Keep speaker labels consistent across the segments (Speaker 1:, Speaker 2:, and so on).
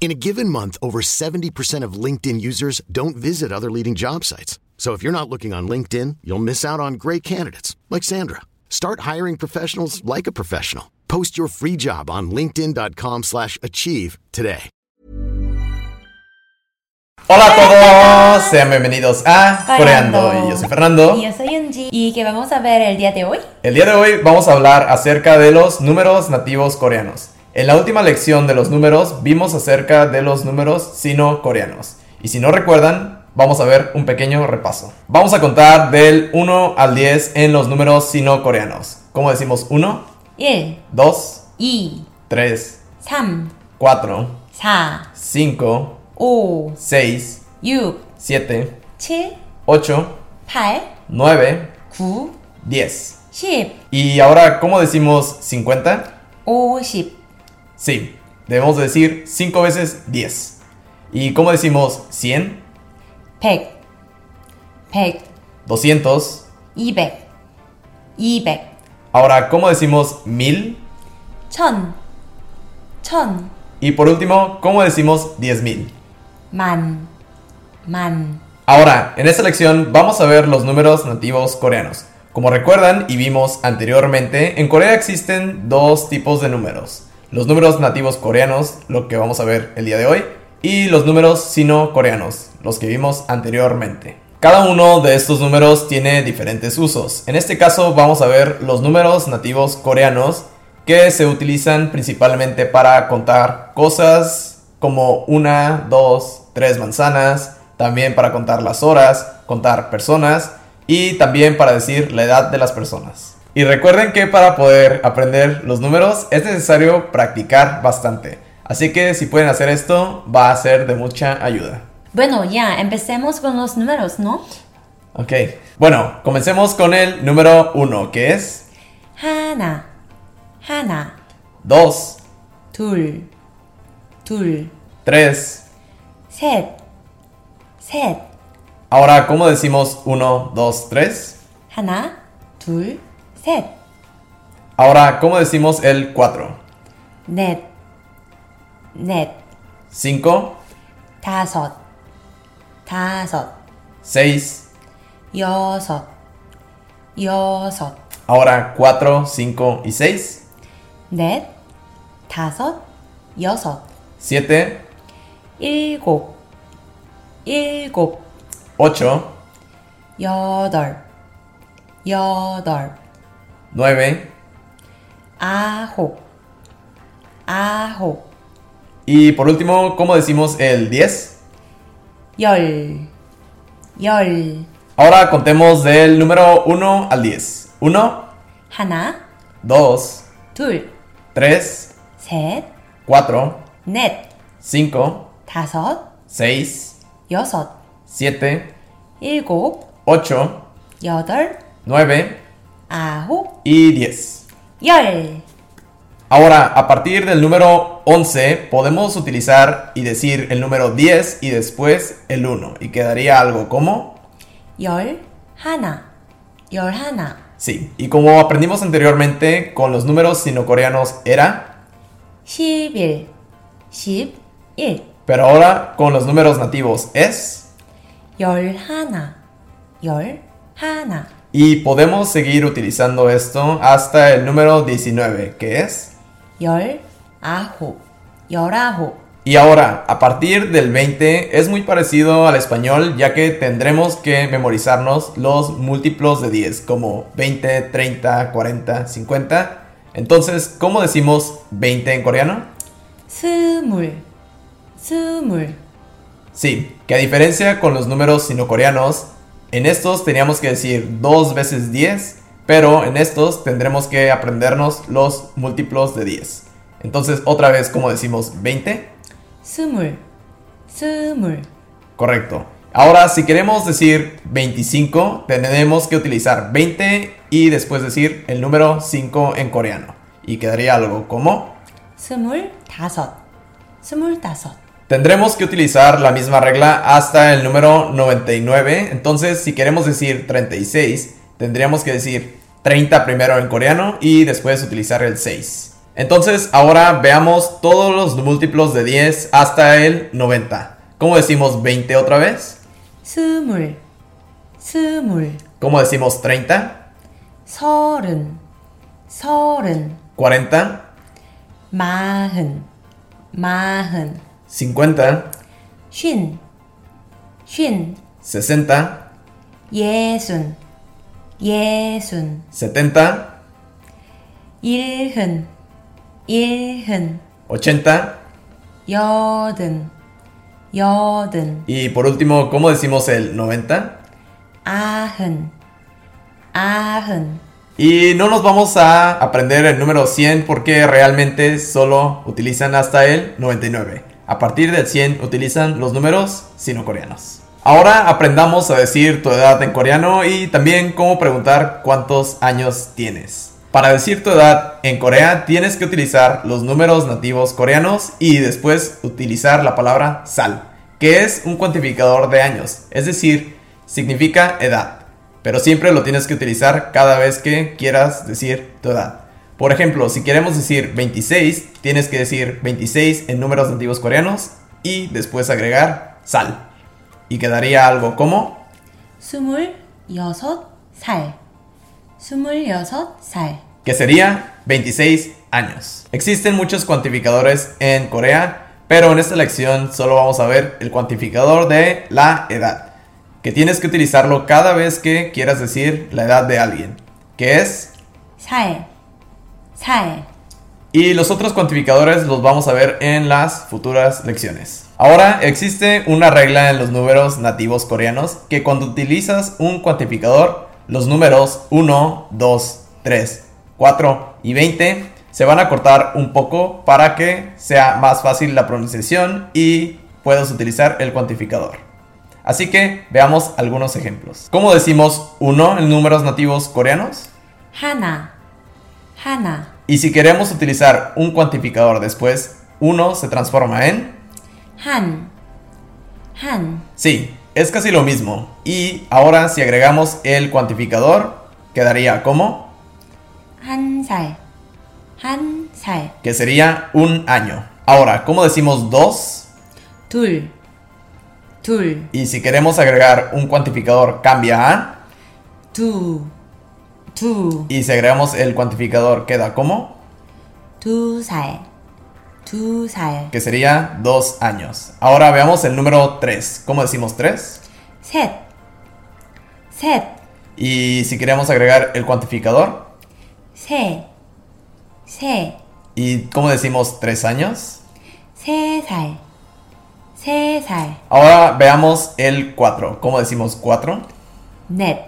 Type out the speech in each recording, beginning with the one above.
Speaker 1: In a given month, over 70% of LinkedIn users don't visit other leading job sites. So if you're not looking on LinkedIn, you'll miss out on great candidates like Sandra. Start hiring professionals like a professional. Post your free job on linkedin.com/achieve slash achieve today.
Speaker 2: Hola a todos, sean bienvenidos a Coreando.
Speaker 3: Coreando.
Speaker 2: Y yo soy Fernando.
Speaker 3: Y yo soy Unji. ¿Y qué vamos a ver el día de hoy?
Speaker 2: El día de hoy vamos a hablar acerca de los números nativos coreanos. En la última lección de los números vimos acerca de los números sino-coreanos. Y si no recuerdan, vamos a ver un pequeño repaso. Vamos a contar del 1 al 10 en los números sino-coreanos. ¿Cómo decimos 1,
Speaker 3: 1,
Speaker 2: 2,
Speaker 3: 2,
Speaker 2: 3,
Speaker 3: 3,
Speaker 2: 4,
Speaker 3: 4,
Speaker 2: 5,
Speaker 3: 5,
Speaker 2: 6,
Speaker 3: 6,
Speaker 2: 7,
Speaker 3: 7,
Speaker 2: 8,
Speaker 3: 8,
Speaker 2: 9,
Speaker 3: 9,
Speaker 2: 10.
Speaker 3: 10,
Speaker 2: Y ahora, ¿cómo decimos 50?
Speaker 3: 50,
Speaker 2: Sí, debemos decir 5 veces 10. ¿Y cómo decimos 100,
Speaker 3: 100, 100,
Speaker 2: 200?
Speaker 3: 200, 200,
Speaker 2: Ahora, ¿cómo decimos 1000?
Speaker 3: 1000, 1000,
Speaker 2: Y por último, ¿cómo decimos 10.000?
Speaker 3: man, man.
Speaker 2: Ahora, en esta lección vamos a ver los números nativos coreanos. Como recuerdan y vimos anteriormente, en Corea existen dos tipos de números. Los números nativos coreanos, lo que vamos a ver el día de hoy, y los números sino-coreanos, los que vimos anteriormente. Cada uno de estos números tiene diferentes usos. En este caso vamos a ver los números nativos coreanos que se utilizan principalmente para contar cosas como una, dos, tres manzanas, también para contar las horas, contar personas y también para decir la edad de las personas. Y recuerden que para poder aprender los números es necesario practicar bastante. Así que si pueden hacer esto va a ser de mucha ayuda.
Speaker 3: Bueno, ya, empecemos con los números, ¿no?
Speaker 2: Ok. Bueno, comencemos con el número 1, que es
Speaker 3: 하나, 하나,
Speaker 2: 2,
Speaker 3: 둘, 둘,
Speaker 2: 3.
Speaker 3: 셋, 셋,
Speaker 2: Ahora, ¿cómo decimos 1, 2, 3?
Speaker 3: 하나, 둘, 셋,
Speaker 2: Ahora, ¿cómo decimos el 4?
Speaker 3: 넷, 넷,
Speaker 2: 5,
Speaker 3: 다섯, 다섯,
Speaker 2: 6.
Speaker 3: 여섯, 여섯,
Speaker 2: Ahora 4, 5 y 6.
Speaker 3: 넷, 다섯, 여섯,
Speaker 2: 7,
Speaker 3: 일곱, 일곱,
Speaker 2: 8,
Speaker 3: 여덟, 여덟,
Speaker 2: 9.
Speaker 3: 아홉, 아홉,
Speaker 2: Y por último, ¿cómo decimos el 10?
Speaker 3: 열, 열,
Speaker 2: Ahora contemos del número 1 al 10. 1,
Speaker 3: 하나,
Speaker 2: 2,
Speaker 3: 둘,
Speaker 2: 3,
Speaker 3: 셋,
Speaker 2: 4,
Speaker 3: 넷,
Speaker 2: 5,
Speaker 3: 다섯,
Speaker 2: 6,
Speaker 3: 여섯,
Speaker 2: 7,
Speaker 3: 일곱,
Speaker 2: 8,
Speaker 3: 여덟,
Speaker 2: 9
Speaker 3: 아홉,
Speaker 2: y 10.
Speaker 3: 열.
Speaker 2: Ahora, a partir del número 11, podemos utilizar y decir el número 10 y después el 1. Y quedaría algo como
Speaker 3: 열 하나, 열 하나,
Speaker 2: Sí, y como aprendimos anteriormente, con los números sinocoreanos era,
Speaker 3: 십일, 십일,
Speaker 2: pero ahora con los números nativos es,
Speaker 3: 열 하나, 열 하나,
Speaker 2: y podemos seguir utilizando esto hasta el número 19, que es.
Speaker 3: 열 아홉, 열아홉,
Speaker 2: Y ahora, a partir del 20, es muy parecido al español, ya que tendremos que memorizarnos los múltiplos de 10, como 20, 30, 40, 50. Entonces, ¿cómo decimos 20 en coreano?
Speaker 3: 스물, 스물,
Speaker 2: Sí, que a diferencia con los números sinocoreanos, en estos teníamos que decir 2 veces 10, pero en estos tendremos que aprendernos los múltiplos de 10. Entonces, otra vez, como decimos 20,
Speaker 3: 스물, 스물,
Speaker 2: Correcto. Ahora, si queremos decir 25, tenemos que utilizar 20 y después decir el número 5 en coreano. Y quedaría algo como...
Speaker 3: 스물다섯, 스물다섯,
Speaker 2: Tendremos que utilizar la misma regla hasta el número 99. Entonces, si queremos decir 36, tendríamos que decir 30 primero en coreano y después utilizar el 6. Entonces, ahora veamos todos los múltiplos de 10 hasta el 90. ¿Cómo decimos 20 otra vez?
Speaker 3: 스물, 스물,
Speaker 2: ¿Cómo decimos 30?
Speaker 3: 서른, 서른,
Speaker 2: 40,
Speaker 3: 마흔, 마흔,
Speaker 2: 50,
Speaker 3: 쉰, 쉰,
Speaker 2: 60,
Speaker 3: 예순, 예순,
Speaker 2: 70,
Speaker 3: 일흔, 일흔,
Speaker 2: 80
Speaker 3: 여든, 여든,
Speaker 2: y por último, ¿cómo decimos el 90?
Speaker 3: 아흔, 아흔,
Speaker 2: Y no nos vamos a aprender el número 100 porque realmente solo utilizan hasta el 99. A partir del 100 utilizan los números sino coreanos. Ahora aprendamos a decir tu edad en coreano y también cómo preguntar cuántos años tienes. Para decir tu edad en Corea tienes que utilizar los números nativos coreanos y después utilizar la palabra sal, que es un cuantificador de años, es decir, significa edad pero siempre lo tienes que utilizar cada vez que quieras decir tu edad. Por ejemplo, si queremos decir 26, tienes que decir 26 en números nativos coreanos y después agregar sal. Y quedaría algo como
Speaker 3: 스물여섯 살, 스물여섯 살,
Speaker 2: que sería 26 años. Existen muchos cuantificadores en Corea, pero en esta lección solo vamos a ver el cuantificador de la edad, que tienes que utilizarlo cada vez que quieras decir la edad de alguien, que es
Speaker 3: 살, 살,
Speaker 2: Y los otros cuantificadores los vamos a ver en las futuras lecciones. Ahora existe una regla en los números nativos coreanos que cuando utilizas un cuantificador, los números 1, 2, 3, 4 y 20 se van a cortar un poco para que sea más fácil la pronunciación y puedas utilizar el cuantificador. Así que veamos algunos ejemplos. ¿Cómo decimos 1 en números nativos coreanos?
Speaker 3: 하나, 하나,
Speaker 2: Y si queremos utilizar un cuantificador después, 1 se transforma en...
Speaker 3: 한, 한,
Speaker 2: Sí, es casi lo mismo. Y ahora si agregamos el cuantificador, quedaría como...
Speaker 3: 한 살, 한 살,
Speaker 2: que sería un año. Ahora, ¿cómo decimos 2?
Speaker 3: 둘, 둘,
Speaker 2: Y si queremos agregar un cuantificador, cambia a...
Speaker 3: 두, 두,
Speaker 2: Y si agregamos el cuantificador, queda como...
Speaker 3: 두 살, 두 살,
Speaker 2: que sería 2 años. Ahora veamos el número 3. ¿Cómo decimos 3?
Speaker 3: 셋, 셋,
Speaker 2: Y si queremos agregar el cuantificador,
Speaker 3: 세, 세,
Speaker 2: ¿y cómo decimos 3 años?
Speaker 3: 세 살, 세 살,
Speaker 2: Ahora veamos el 4. ¿Cómo decimos 4?
Speaker 3: 넷,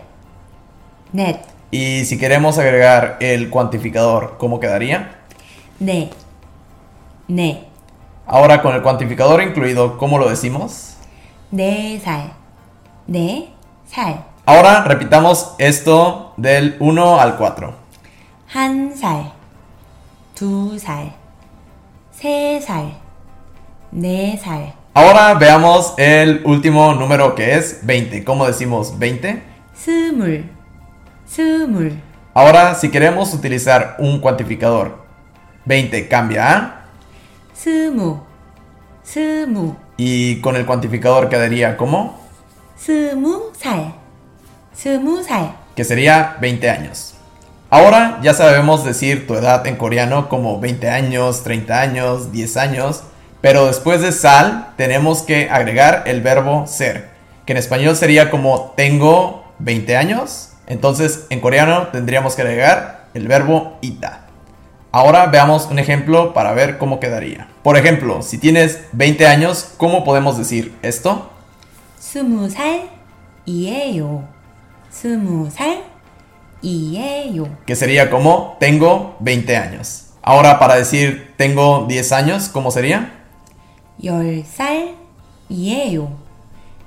Speaker 3: 넷,
Speaker 2: Y si queremos agregar el cuantificador, ¿cómo quedaría?
Speaker 3: 네, 네,
Speaker 2: Ahora con el cuantificador incluido, ¿cómo lo decimos?
Speaker 3: 네 살, 네 살,
Speaker 2: Ahora repitamos esto del 1 al 4.
Speaker 3: 한 살, 두 살, 세 살, 네 살,
Speaker 2: Ahora veamos el último número que es 20. ¿Cómo decimos 20?
Speaker 3: 스물, 스물,
Speaker 2: Ahora si queremos utilizar un cuantificador, 20 cambia a
Speaker 3: 스무, 스무,
Speaker 2: y con el cuantificador quedaría como
Speaker 3: 스무 살, 스무 살,
Speaker 2: que sería 20 años. Ahora ya sabemos decir tu edad en coreano como 20 años, 30 años, 10 años, pero después de sal tenemos que agregar el verbo ser, que en español sería como tengo 20 años, entonces en coreano tendríamos que agregar el verbo ita. Ahora veamos un ejemplo para ver cómo quedaría. Por ejemplo, si tienes 20 años, ¿cómo podemos decir esto?
Speaker 3: 스무 살이에요. 스무 살이에요.
Speaker 2: que sería como tengo 20 años. Ahora para decir tengo 10 años, ¿cómo sería?
Speaker 3: 열 살이에요.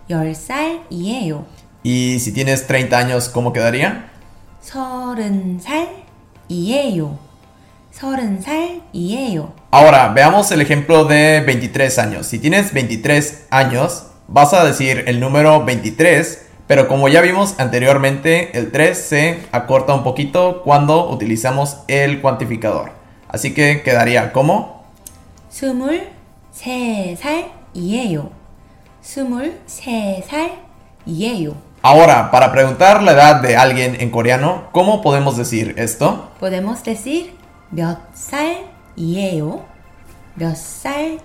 Speaker 3: 10살이에요.
Speaker 2: Y si tienes 30 años, ¿cómo quedaría?
Speaker 3: 서른 살이에요. 서른 살이에요.
Speaker 2: Ahora, veamos el ejemplo de 23 años. Si tienes 23 años, vas a decir el número 23, pero como ya vimos anteriormente, el 3 se acorta un poquito cuando utilizamos el cuantificador. Así que quedaría como
Speaker 3: 스물 세 살이에요. 스물 세 살이에요.
Speaker 2: Ahora, para preguntar la edad de alguien en coreano, ¿cómo podemos decir esto?
Speaker 3: Podemos decir 몇 살이에요? 몇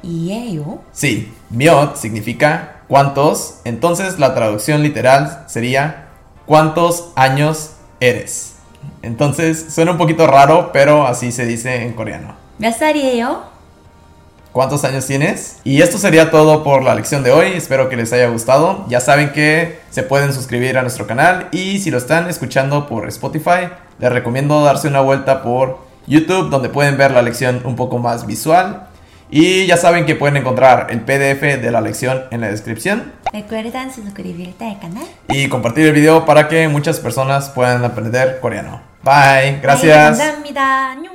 Speaker 3: 살이에요?
Speaker 2: Sí, miot significa cuántos, entonces la traducción literal sería cuántos años eres. Entonces, suena un poquito raro, pero así se dice en coreano.
Speaker 3: 몇 살이에요?
Speaker 2: ¿Cuántos años tienes? Y esto sería todo por la lección de hoy, espero que les haya gustado. Ya saben que se pueden suscribir a nuestro canal y si lo están escuchando por Spotify, les recomiendo darse una vuelta por YouTube donde pueden ver la lección un poco más visual. Y ya saben que pueden encontrar el PDF de la lección en la descripción
Speaker 3: Recuerdan suscribirte al canal.
Speaker 2: y compartir el video para que muchas personas puedan aprender coreano. Bye, gracias.
Speaker 3: 네, 감사합니다. 안녕.